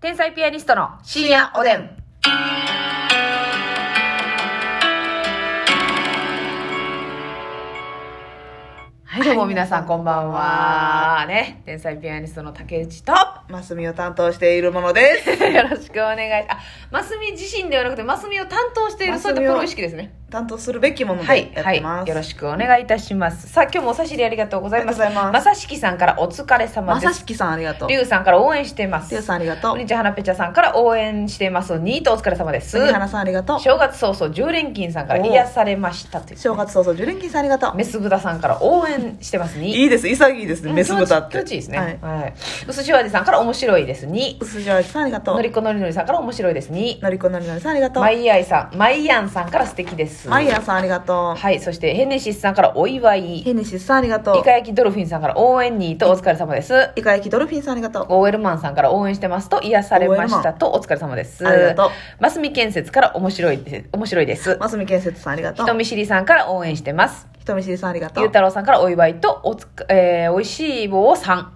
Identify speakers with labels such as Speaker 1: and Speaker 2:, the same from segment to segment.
Speaker 1: 天才ピアニストの深夜おでん。はい、どうも皆さんこんばんは。ね、天才ピアニストの竹内と、 よ
Speaker 2: マスミを担当しているも のです。
Speaker 1: ろしくお願いあ、マスミ自身ではなくて、マスミを担当している、
Speaker 2: マス
Speaker 1: そう
Speaker 2: ミ
Speaker 1: いっ
Speaker 2: を
Speaker 1: たプロ意識ですね。
Speaker 2: 担当するべきもの
Speaker 1: はい
Speaker 2: で、やっ
Speaker 1: は
Speaker 2: て
Speaker 1: い、
Speaker 2: ます。
Speaker 1: よろしくお願いいたします。さあ、今日もお差し入れありがとうございます。
Speaker 2: ありがとうございます
Speaker 1: さしきさんからお疲れ様
Speaker 2: ま
Speaker 1: で
Speaker 2: さ
Speaker 1: す。
Speaker 2: しきさんありがとう。
Speaker 1: りゅうさんから応援しています。
Speaker 2: りゅうさんありがと
Speaker 1: お
Speaker 2: う
Speaker 1: に。ちゃんはなぺちゃさんから応援しています。ニートお疲れ様です。
Speaker 2: 杉原さんありがとう。
Speaker 1: 正月早々10連勤さんから癒されましたという
Speaker 2: 正月早々、ジュレンキンさんありがとう。
Speaker 1: メス豚さんから応援してますに
Speaker 2: いいです、潔いですね、メス豚っ
Speaker 1: 気
Speaker 2: て。
Speaker 1: 持ちいいですね
Speaker 2: はい。
Speaker 1: はい薄塩味さんから面白いですに
Speaker 2: うすじょうじさんありがとう
Speaker 1: の。りこのりのりさんから面白いですに
Speaker 2: のりこのりのりさんありがとう
Speaker 1: マ。イアイさんマイアンさんから素敵です
Speaker 2: マイヤーさんありがとう。
Speaker 1: はいそしてヘネシスさんからお祝いイ
Speaker 2: ヘネシスさんありがと
Speaker 1: カ
Speaker 2: う。
Speaker 1: 焼きドルフィンさんから応援にとお疲れ様です
Speaker 2: イカ焼きドルフィンさんありがとう。
Speaker 1: オーエルマンさんから応援してますと癒されましたとお疲れ様です
Speaker 2: ありがとう
Speaker 1: マスミ建設から面白いで面白いです
Speaker 2: マスミ建設さんありがとう
Speaker 1: 人。見知りさんから応援してます
Speaker 2: ひとみしりさんありがと
Speaker 1: ゆう
Speaker 2: う。
Speaker 1: たろうさんからお祝いとおつか、えー、おいしい棒さん。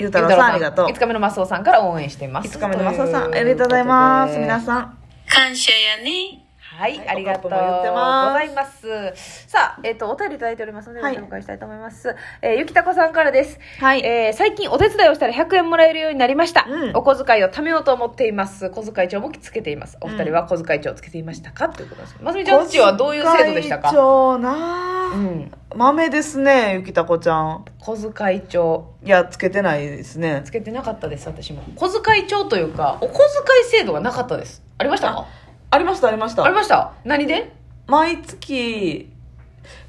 Speaker 2: ゆうたろうさんありがとう。
Speaker 1: 5日目のマスオさんから応援しています。
Speaker 2: いつかめのマサさん、ありがとうございます。皆
Speaker 1: ん。
Speaker 2: さん。
Speaker 3: 感謝やね。
Speaker 1: はい、
Speaker 2: はい
Speaker 1: ありがとうご
Speaker 2: おカップも言ってます
Speaker 1: ざいます。さあ、えっ、と、お便りいただいておりますので、ご
Speaker 2: はい
Speaker 1: 紹介したいと思います。えーゆきたこさんからです。
Speaker 2: はい
Speaker 1: えー最近お手伝いをしたら100円もらえるようになりました。
Speaker 2: うん
Speaker 1: お小遣いを貯めようと思っています。小遣い帳もつけています。お二人は小遣い帳つけていましたか、ということです。ますみちゃんちはどういう制度でした
Speaker 2: 小
Speaker 1: か
Speaker 2: 遣い帳な
Speaker 1: う
Speaker 2: あ
Speaker 1: ん。
Speaker 2: 豆ですね、ゆきたこちゃん。
Speaker 1: 小遣い帳。
Speaker 2: いや、つけてないですね
Speaker 1: つ。けてなかったです私も小遣い帳というかお小遣い制度がなかったですありましたか
Speaker 2: ありました、ありまし
Speaker 1: あり
Speaker 2: た。
Speaker 1: ました何で
Speaker 2: 毎月、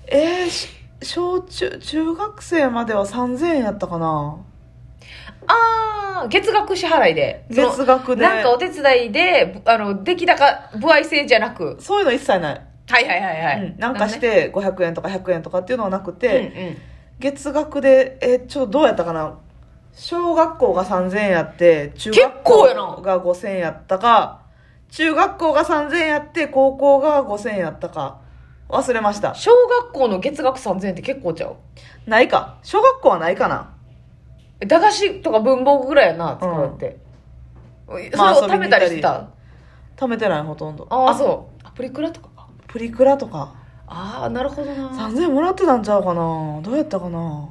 Speaker 2: えー、し小中、中学生までは3000円やったかな。
Speaker 1: ああ月額支払いでその
Speaker 2: 月額で。
Speaker 1: なんかお手伝いであの出来高歩合制じゃなく
Speaker 2: そういうの一切ない。
Speaker 1: はいはいはいはい、
Speaker 2: うん、なんかして500円とか100円とかっていうのはなく
Speaker 1: なるほど
Speaker 2: て、
Speaker 1: ね
Speaker 2: 月額で、えーちょっとどうやったかな。小学校が3000円やって、中
Speaker 1: 結
Speaker 2: 学
Speaker 1: 構
Speaker 2: 校
Speaker 1: やな
Speaker 2: が5000円やったか、中学校が3000円やって、高校が5000円やったか、忘れまし
Speaker 1: うん
Speaker 2: た。
Speaker 1: 小学校の月額3000円って結構ちゃう
Speaker 2: ないか。小学校はないかな。
Speaker 1: え駄菓子とか文房具ぐらいやな使うって、えそれ
Speaker 2: まあ
Speaker 1: を貯めたりしてた、
Speaker 2: 貯めてない、ほとんど。
Speaker 1: ああそうアプリクラとかか
Speaker 2: プリクラとか。
Speaker 1: ああなるほどな
Speaker 2: 3000円もらってたんちゃうかなどうやったかな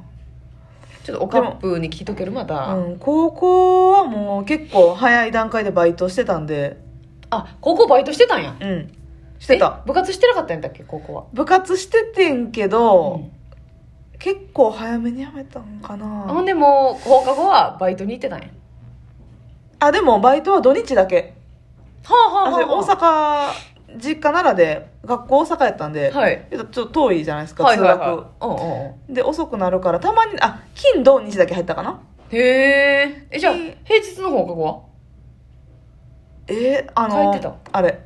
Speaker 1: ちょっとおカップに聞いとけるまた、
Speaker 2: うん、高校はもう結構早い段階でバイトしてたんで、
Speaker 1: あ高校バイトしてたんや
Speaker 2: うん、してた
Speaker 1: え。部活してなかったんだっけ高校は
Speaker 2: 部活しててんけ
Speaker 1: う
Speaker 2: ど、
Speaker 1: ん
Speaker 2: 結構早めに辞めたん
Speaker 1: ほ
Speaker 2: かなん
Speaker 1: でもう放課後はバイトに行ってたんや
Speaker 2: あ、でもバイトは土日だけ。
Speaker 1: はあはあ
Speaker 2: 私
Speaker 1: は
Speaker 2: 大阪、実家奈良で、学校大阪やったんで、
Speaker 1: はい
Speaker 2: 言うとちょっと遠いじゃないです
Speaker 1: あ
Speaker 2: か、
Speaker 1: はい
Speaker 2: 通
Speaker 1: はい
Speaker 2: 学。
Speaker 1: はいうんうんうん
Speaker 2: で、遅くなるから、たまに、あ、金、土、日だけ入ったかな
Speaker 1: へーえじゃあ
Speaker 2: え
Speaker 1: 平日の放課後は
Speaker 2: えーあ
Speaker 1: 帰ってた
Speaker 2: の、あれ、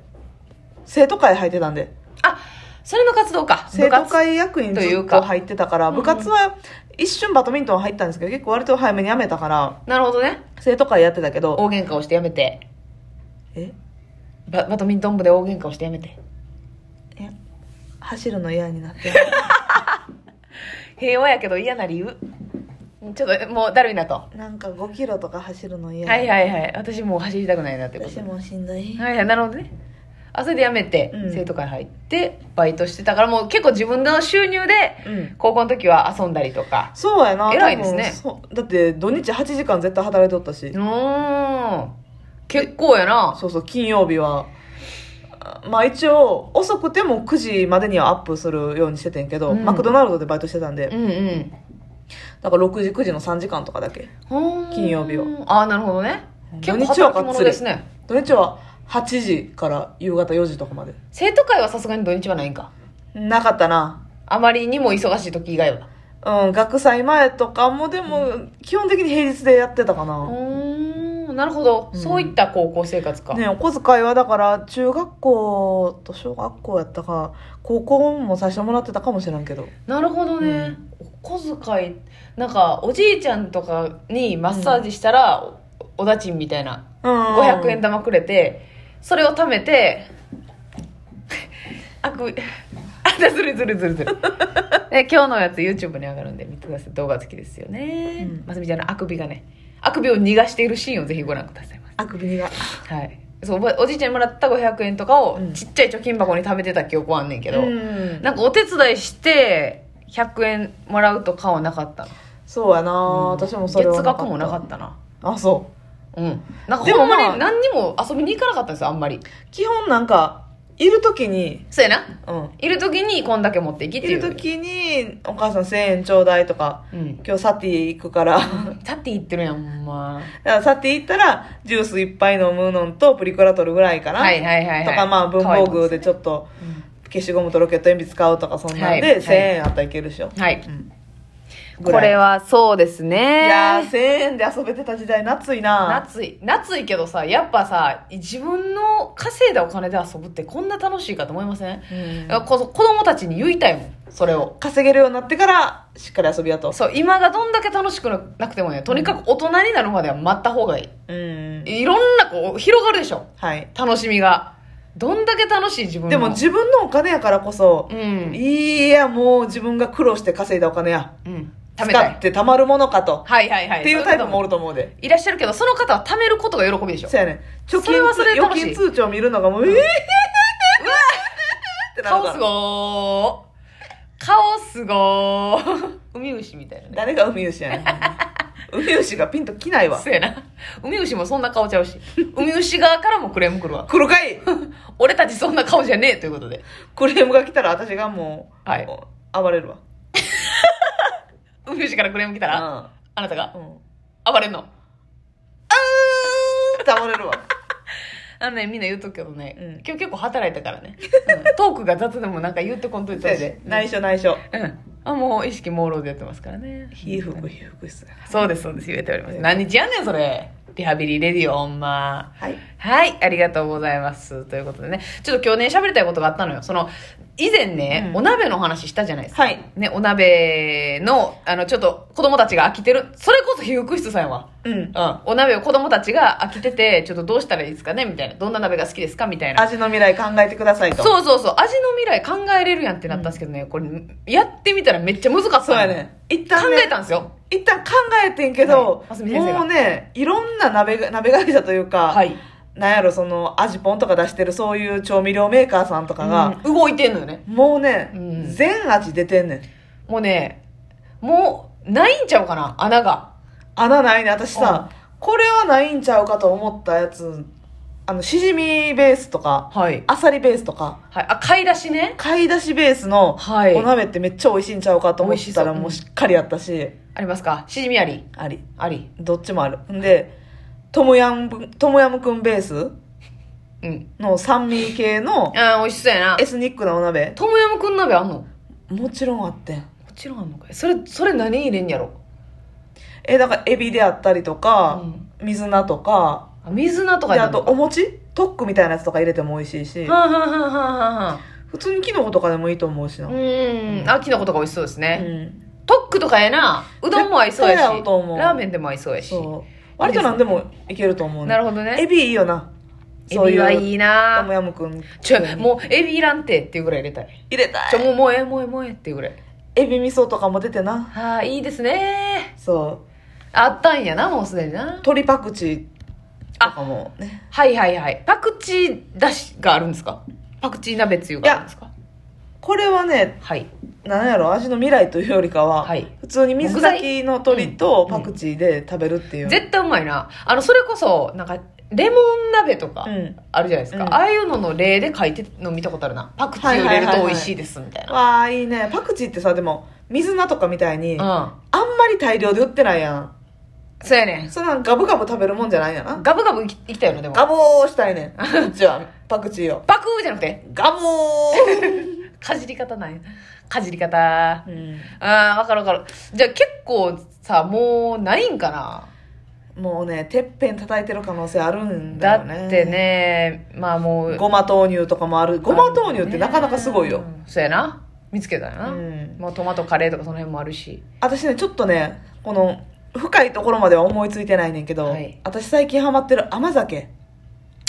Speaker 2: 生徒会入ってたんで。
Speaker 1: あそれの活動か
Speaker 2: 生徒
Speaker 1: 部活
Speaker 2: 会役員
Speaker 1: と
Speaker 2: ず
Speaker 1: い
Speaker 2: っ
Speaker 1: うか
Speaker 2: と入ってたから
Speaker 1: んうん
Speaker 2: 部活は一瞬バドミントン入ったんですけど結構割と早めに辞めたから
Speaker 1: なるほどね
Speaker 2: 生徒会やってたけど
Speaker 1: 大喧嘩をしてやめて
Speaker 2: え
Speaker 1: ババドミントン部で大喧嘩をしてやめて
Speaker 2: え走るの嫌になって
Speaker 1: 平和やけど嫌な理由ちょっともうだるいなとは
Speaker 2: なんか5キロとか走るの嫌
Speaker 1: いはいはい私もう走りたくないなってこと
Speaker 2: 私もしんどい
Speaker 1: はいはい、なるほどね。あ、それで辞めて、
Speaker 2: うん
Speaker 1: 生徒会入って、バイトしてたから、もう結構自分の収入で、
Speaker 2: うん
Speaker 1: 高校の時は遊んだりとか。
Speaker 2: そうやな
Speaker 1: 偉いですね
Speaker 2: 多分そうだって土日8時間絶対働いとったし
Speaker 1: うーん。結構やな。
Speaker 2: そうそう金曜日はあまあ一応遅くても9時までにはアップするようにしててんけど、
Speaker 1: うん
Speaker 2: マクドナルドでバイトしてたんで、
Speaker 1: うんうん。
Speaker 2: だから6時9時の3時間とかだけ
Speaker 1: ほーん
Speaker 2: 金曜日を。
Speaker 1: あーなるほどね。結構
Speaker 2: 土日は
Speaker 1: 働
Speaker 2: が
Speaker 1: き
Speaker 2: っつり
Speaker 1: 者ですね。
Speaker 2: 土日は8時から夕方4時とかまで
Speaker 1: 生徒会はさすがに土日はないんか。
Speaker 2: なかったな
Speaker 1: あまりにも忙しい時以外は。
Speaker 2: うん学祭前とかもでも基本的に平日でやってたか
Speaker 1: う
Speaker 2: な、
Speaker 1: ーん、なるほど。
Speaker 2: うん
Speaker 1: そういった高校生活か。
Speaker 2: ねお小遣いはだから中学校と小学校やったか高校も最初もらってたかもしれんけど
Speaker 1: なるほどね、お小遣いなんかおじいちゃんとかにマッサージしたら、おおだちんみたいな
Speaker 2: うん
Speaker 1: 500円玉くれてそれを貯めてあく あずるずるずるずる で今日のやつ YouTube に上がるんで見てください動画好きですよね、
Speaker 2: うん
Speaker 1: ますみちゃんのあくびがねあくびを逃がしているシーンをぜひご覧くださいませ
Speaker 2: あくびにが
Speaker 1: はいそうおばおじいちゃんにもらった500円とかを
Speaker 2: うん
Speaker 1: ちっちゃい貯金箱に貯めてた記憶はあんねんけど、
Speaker 2: うん
Speaker 1: なんかお手伝いして100円もらうとかはなかったな
Speaker 2: そうやな、
Speaker 1: うん
Speaker 2: 私もそれは
Speaker 1: 月額もなかったな
Speaker 2: あそ
Speaker 1: うんなんか
Speaker 2: で
Speaker 1: ほ
Speaker 2: も
Speaker 1: ん
Speaker 2: まあ
Speaker 1: まに何にも遊びに行かなかったんですよあんまり
Speaker 2: う基本なんかいる時に
Speaker 1: そうやな
Speaker 2: うん
Speaker 1: いる時にこんだけ持っていきっ
Speaker 2: い
Speaker 1: ていう
Speaker 2: る時にお母さん1000円ちょうだいとか
Speaker 1: うん
Speaker 2: 今日サティ行くから
Speaker 1: 立って言ってるやんほんま
Speaker 2: だから サティ行ったらジュースいっぱい飲むのんとプリクラ取るぐらいかな、
Speaker 1: はいはいはいはい
Speaker 2: とかまあ文
Speaker 1: 可愛い
Speaker 2: 房
Speaker 1: もん
Speaker 2: 具
Speaker 1: す
Speaker 2: でちょっと
Speaker 1: うん
Speaker 2: 消しゴムとロケット鉛筆買うとかそんなん
Speaker 1: はい
Speaker 2: で1000円あったらいけるでしょ、
Speaker 1: はい
Speaker 2: うん
Speaker 1: これ
Speaker 2: は
Speaker 1: はそうですね
Speaker 2: いやー1000円で遊べてた時代夏いな
Speaker 1: 夏い夏いけどさやっぱさ自分の稼いだお金で遊ぶってこんな楽しいかと思いません、
Speaker 2: うん
Speaker 1: こ子供たちに言いたいもんそれを
Speaker 2: 稼げるようになってからしっかり遊びやと
Speaker 1: そう今がどんだけ楽しくなくてもねとにかく大人になるまでは待った方がい
Speaker 2: うん
Speaker 1: いいろんなこう広がるでしょ
Speaker 2: はい
Speaker 1: 楽しみがどんだけ楽しい自分の
Speaker 2: でも自分のお金やからこそ
Speaker 1: う、ん、
Speaker 2: いやもう自分が苦労して稼いだお金や
Speaker 1: うん、
Speaker 2: 使
Speaker 1: 貯めた
Speaker 2: っ
Speaker 1: い
Speaker 2: て貯まるものかと、
Speaker 1: はいはいはい
Speaker 2: っていうタイプもお
Speaker 1: る
Speaker 2: ると思うで
Speaker 1: いらっしゃるけどその方は貯めることが喜びでしょ
Speaker 2: そうやね貯金
Speaker 1: それはそれで
Speaker 2: 預
Speaker 1: 楽しい
Speaker 2: 金通帳見るのがもうええってなる
Speaker 1: 顔
Speaker 2: か
Speaker 1: す
Speaker 2: ら
Speaker 1: ごー顔すごーウミウシみたいなね
Speaker 2: 誰が海牛やねん 海牛がピンと来ないわ
Speaker 1: そうやな。ウミウシもそんな顔ちゃうし。ウミウシ側からもクレーム来るわ。
Speaker 2: 来るかい
Speaker 1: 俺たちそんな顔じゃねえということで。
Speaker 2: クレームが来たら私がもう、
Speaker 1: はい
Speaker 2: 暴れるわ
Speaker 1: ウミウシからクレーム来たら、あなたが
Speaker 2: うんうん
Speaker 1: 暴れんの。
Speaker 2: って暴れるわ
Speaker 1: あのね、みんな言うとくけどね、
Speaker 2: うん
Speaker 1: 今日結構働いたからね、うんトークが雑でもなんか言ってこんとい
Speaker 2: そ
Speaker 1: て
Speaker 2: う
Speaker 1: ほ
Speaker 2: や
Speaker 1: しい
Speaker 2: で。内緒内緒
Speaker 1: うん。あ、もう意識朦朧でやってますからね。
Speaker 2: 被服被服室
Speaker 1: そうです、そうです。言えております。何日やんねん、それ。リハビリレディオ、ほんま。
Speaker 2: はい
Speaker 1: はい、ありがとうございます。ということでね、ちょっと今日ね、喋りたいことがあったのよ。その、以前ね、
Speaker 2: うん
Speaker 1: お鍋の話したじゃないですか。
Speaker 2: はい
Speaker 1: ね、お鍋の、あの、ちょっと子供たちが飽きてる。それこそ皮膚室さんやわ。
Speaker 2: うん
Speaker 1: うん。お鍋を子供たちが飽きてて、ちょっとどうしたらいいですかねみたいな。どんな鍋が好きですかみたいな。
Speaker 2: 味の未来考えてくださいと
Speaker 1: そうそうそう。味の未来考えれるやんってなったんですけどね、これ、やってみたらめっちゃ難しかった
Speaker 2: そう
Speaker 1: の
Speaker 2: や。ね一
Speaker 1: 考
Speaker 2: 旦ね
Speaker 1: えたんですよ。
Speaker 2: 一旦考えてんけ
Speaker 1: は
Speaker 2: ど
Speaker 1: い、ますみ先生が
Speaker 2: もうねいろんな鍋が鍋会社というか、
Speaker 1: はい。
Speaker 2: なんやろその味ぽんとか出してるそういう調味料メーカーさんとかが、
Speaker 1: うん動いてんのよね。
Speaker 2: もうね、
Speaker 1: うん
Speaker 2: 全味出てんねん
Speaker 1: もうね、もう、ないんちゃうかな穴が。
Speaker 2: 穴ないね私さ、これはないんちゃうかと思ったやつあのしじみベースとか
Speaker 1: はい。
Speaker 2: あさりベースとか
Speaker 1: はい。あ、買い出しね。
Speaker 2: 買い出しベースの
Speaker 1: はい
Speaker 2: お鍋ってめっちゃ美味しいんちゃうかと思っ
Speaker 1: 美味したそ
Speaker 2: ら
Speaker 1: ううん
Speaker 2: もうしっかりあったし、
Speaker 1: ありますかしじみあり。
Speaker 2: あり
Speaker 1: あり。
Speaker 2: どっちもあるんでトムヤムトムヤムくんベース
Speaker 1: うん。
Speaker 2: の酸味系の
Speaker 1: あー美味しそうやな
Speaker 2: エ。スニックなお鍋
Speaker 1: トムヤムくん鍋あんのも
Speaker 2: もちろんあってん
Speaker 1: ちろんあんのかい。それ、それ何入れんやろ
Speaker 2: えだからエビであったりとか、水菜とか
Speaker 1: あ水菜とか
Speaker 2: で
Speaker 1: 入れ
Speaker 2: あ
Speaker 1: ん
Speaker 2: と
Speaker 1: の
Speaker 2: お餅トックみたいなやつとか入れても美味しいし
Speaker 1: はあ、はあはあはあはあ
Speaker 2: 普通にキノコとかでもいいと思うしな、
Speaker 1: うーん。あ、きのことか美味しそうですね。
Speaker 2: ん
Speaker 1: トックとかやな。うどんも合いそうやし。
Speaker 2: 絶対合うと思う
Speaker 1: ラーメンでも合いそうやし。
Speaker 2: そう割と何でもいけると思うね
Speaker 1: なるほどね。
Speaker 2: エビいいよな
Speaker 1: エビはい
Speaker 2: い
Speaker 1: い
Speaker 2: トム
Speaker 1: な
Speaker 2: ヤムくん
Speaker 1: ちょ、もうエビいらんてっていうぐらい入れたい。
Speaker 2: 入れた
Speaker 1: ちょ、
Speaker 2: い
Speaker 1: もうもうええ、もうええ、もうええっていうぐらい。
Speaker 2: エビ味噌とかも出てな
Speaker 1: はあ、いいですね。
Speaker 2: そ
Speaker 1: あったんやな、もうすでにな
Speaker 2: う。鶏パクチーとかもね
Speaker 1: はいはいはい。パクチーだしがあるんですかパクチー鍋つゆがあるんですか
Speaker 2: これはね
Speaker 1: はい。
Speaker 2: なんやろ味の未来というよりかは、
Speaker 1: はい
Speaker 2: 普通に水炊きの鶏とパクチーで食べるっていう、
Speaker 1: 絶対うまいな。あの、それこそ、なんか、レモン鍋とか
Speaker 2: うん、
Speaker 1: あるじゃないですか。
Speaker 2: うん
Speaker 1: ああいうのの例で書いてるの見たことあるな。パクチー入れると美味しいです、みたいな。
Speaker 2: わあいいねパクチーってさでも水菜とかみたいに、あん
Speaker 1: う
Speaker 2: まり大量で売ってないやん
Speaker 1: ん。そうやね。
Speaker 2: そんなんガブガブ食べるもんじゃないんやなん
Speaker 1: ガブガブいきいきたよね、でも。
Speaker 2: ガブーしたいねんこっちはパクチーを
Speaker 1: パクーじゃなくて、
Speaker 2: ガブ
Speaker 1: かじり方ない。かじり方。
Speaker 2: ー、
Speaker 1: ああ、わかるわかる。じゃあ結構さ、もうないんかな
Speaker 2: もうねてっぺん叩いてる可能性あるん
Speaker 1: だ
Speaker 2: だよね
Speaker 1: ってね、まあもう。
Speaker 2: ごま豆乳とかもあるごま豆乳ってなかなかすごいよ、
Speaker 1: うん。そうやな。見つけたよな。
Speaker 2: うん
Speaker 1: もうトマトカレーとかその辺もあるし。
Speaker 2: 私ねちょっとねこの深いところまでは思いついてないねんけど、
Speaker 1: はい
Speaker 2: 私最近ハマってる甘酒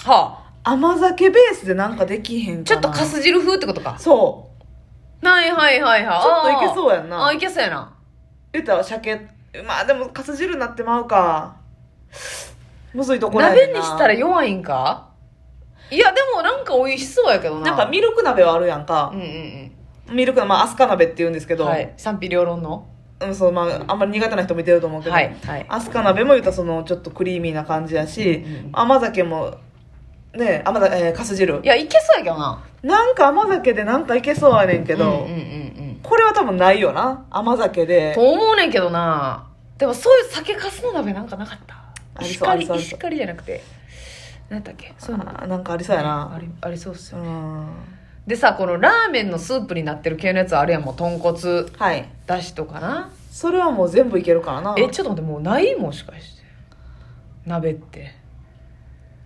Speaker 1: はあ。
Speaker 2: 甘酒ベースでなんかできへんかな
Speaker 1: ちょっとかす汁風ってことか。
Speaker 2: そう
Speaker 1: はいはいはいはい。
Speaker 2: ちょっといけ
Speaker 1: う
Speaker 2: そうやんな
Speaker 1: あー、いけそうやな。
Speaker 2: 言うたら鮭まあでもかす汁になってまうかむずいところやね
Speaker 1: 鍋
Speaker 2: ん
Speaker 1: に
Speaker 2: な
Speaker 1: したら弱いんかいや、でもなんか美味しそうやけどな。
Speaker 2: なんかミルク鍋はあるやん
Speaker 1: う
Speaker 2: か
Speaker 1: ん、うんうん。
Speaker 2: ミルクまあアスカ鍋って言うんですけど、
Speaker 1: はい。賛否両論の。
Speaker 2: うんそうまあ、あんまり苦手な人もいてると思うけど、
Speaker 1: はい。はい。
Speaker 2: アスカ鍋も言うたらそのちょっとクリーミーな感じやし、
Speaker 1: うんうん
Speaker 2: 甘酒もね甘酒、えー、かす汁
Speaker 1: いや、いけそうやけどな。
Speaker 2: なんか甘酒でなんかいけそうやねんけど、
Speaker 1: うんうんうんうん。
Speaker 2: これは多分ないよな甘酒で
Speaker 1: と思うねんけどな。でもそういう酒かすの鍋なんかなかった。
Speaker 2: あり
Speaker 1: 石
Speaker 2: そうあ
Speaker 1: 狩、
Speaker 2: りそうあり
Speaker 1: 石
Speaker 2: そう
Speaker 1: 狩じゃなくて。なんだっけそういうの。
Speaker 2: あなんかありそうや
Speaker 1: あ
Speaker 2: な
Speaker 1: りありそうっす
Speaker 2: う
Speaker 1: よ。
Speaker 2: ん
Speaker 1: でさ、このラーメンのスープになってる系のやつあるやん。もう豚骨
Speaker 2: はい
Speaker 1: だしとかな。
Speaker 2: それはもう全部いけるからな
Speaker 1: え、ちょっと待って、もうないもしかして。鍋って。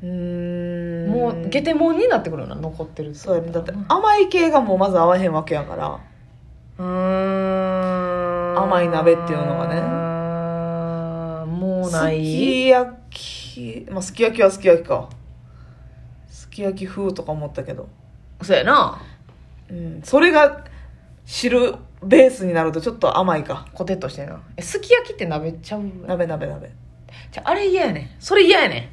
Speaker 2: うーん
Speaker 1: もう、ゲテモンになってくるよな、残ってる
Speaker 2: そうやねだって
Speaker 1: う
Speaker 2: 甘い系がもうまず合わへんわけやから
Speaker 1: ーん。
Speaker 2: 甘い鍋っていうのがね
Speaker 1: ね。もうな
Speaker 2: す
Speaker 1: い。
Speaker 2: き焼きまあすき焼きはすき焼きかすき焼き風とか思ったけど
Speaker 1: そうやな。
Speaker 2: うんそれが汁ベースになるとちょっと甘いか
Speaker 1: コテッとしてな。え、すき焼きって鍋ちゃう
Speaker 2: 鍋鍋鍋
Speaker 1: じゃあ、あれ嫌やねん。それ嫌やねん。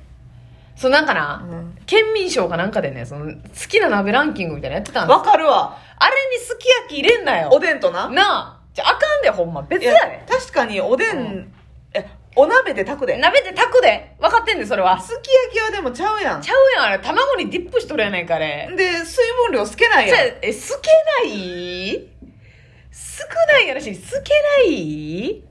Speaker 1: そう、なんか
Speaker 2: う
Speaker 1: な、
Speaker 2: ん
Speaker 1: 県民賞かなんかでね、その、好きな鍋ランキングみたいなのやってたんです
Speaker 2: わかるわ
Speaker 1: あれにすき焼き入れんなよ。
Speaker 2: おでんとな
Speaker 1: なあ。じゃあ、あかんで、ほんま。別
Speaker 2: い
Speaker 1: や
Speaker 2: や
Speaker 1: ね
Speaker 2: 確かにおでん、
Speaker 1: うん
Speaker 2: えお鍋で炊く
Speaker 1: ん。
Speaker 2: で
Speaker 1: 鍋で炊くで。分かってんねん、それは。
Speaker 2: すき焼きはでもちゃうや
Speaker 1: ちゃうやん、あれ。卵にディップしとるやないか、あれ。
Speaker 2: んで水分量少ない
Speaker 1: じゃ
Speaker 2: や
Speaker 1: あ
Speaker 2: ん、
Speaker 1: え、すけない少ない話に、すけない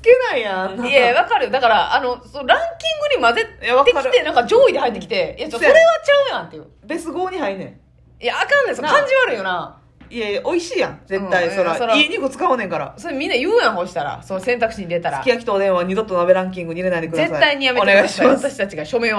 Speaker 2: 少ないやん
Speaker 1: いや、わかるよ。だから、あの、そのランキングに混ぜ
Speaker 2: いやわ
Speaker 1: て
Speaker 2: か
Speaker 1: き
Speaker 2: る
Speaker 1: て、なんか上位で入ってきて、いや、ちょそ
Speaker 2: そう
Speaker 1: れ
Speaker 2: や
Speaker 1: は
Speaker 2: ね
Speaker 1: ちゃうやんっていう。
Speaker 2: ベス5に入んね
Speaker 1: いや、あかんねん、それ
Speaker 2: なあ
Speaker 1: 感じ悪いよな。
Speaker 2: んいやいや美味しいやん絶
Speaker 1: う
Speaker 2: 対
Speaker 1: ん
Speaker 2: そ
Speaker 1: いやそら
Speaker 2: らいい肉使おうねんから
Speaker 1: それみんな言うやん、ほしたら。その選択肢に入れた
Speaker 2: す
Speaker 1: ら
Speaker 2: き。焼きとおでんは二度と鍋ランキングに入れないでください
Speaker 1: 絶対にやめて
Speaker 2: お願いします
Speaker 1: 私たちが署名を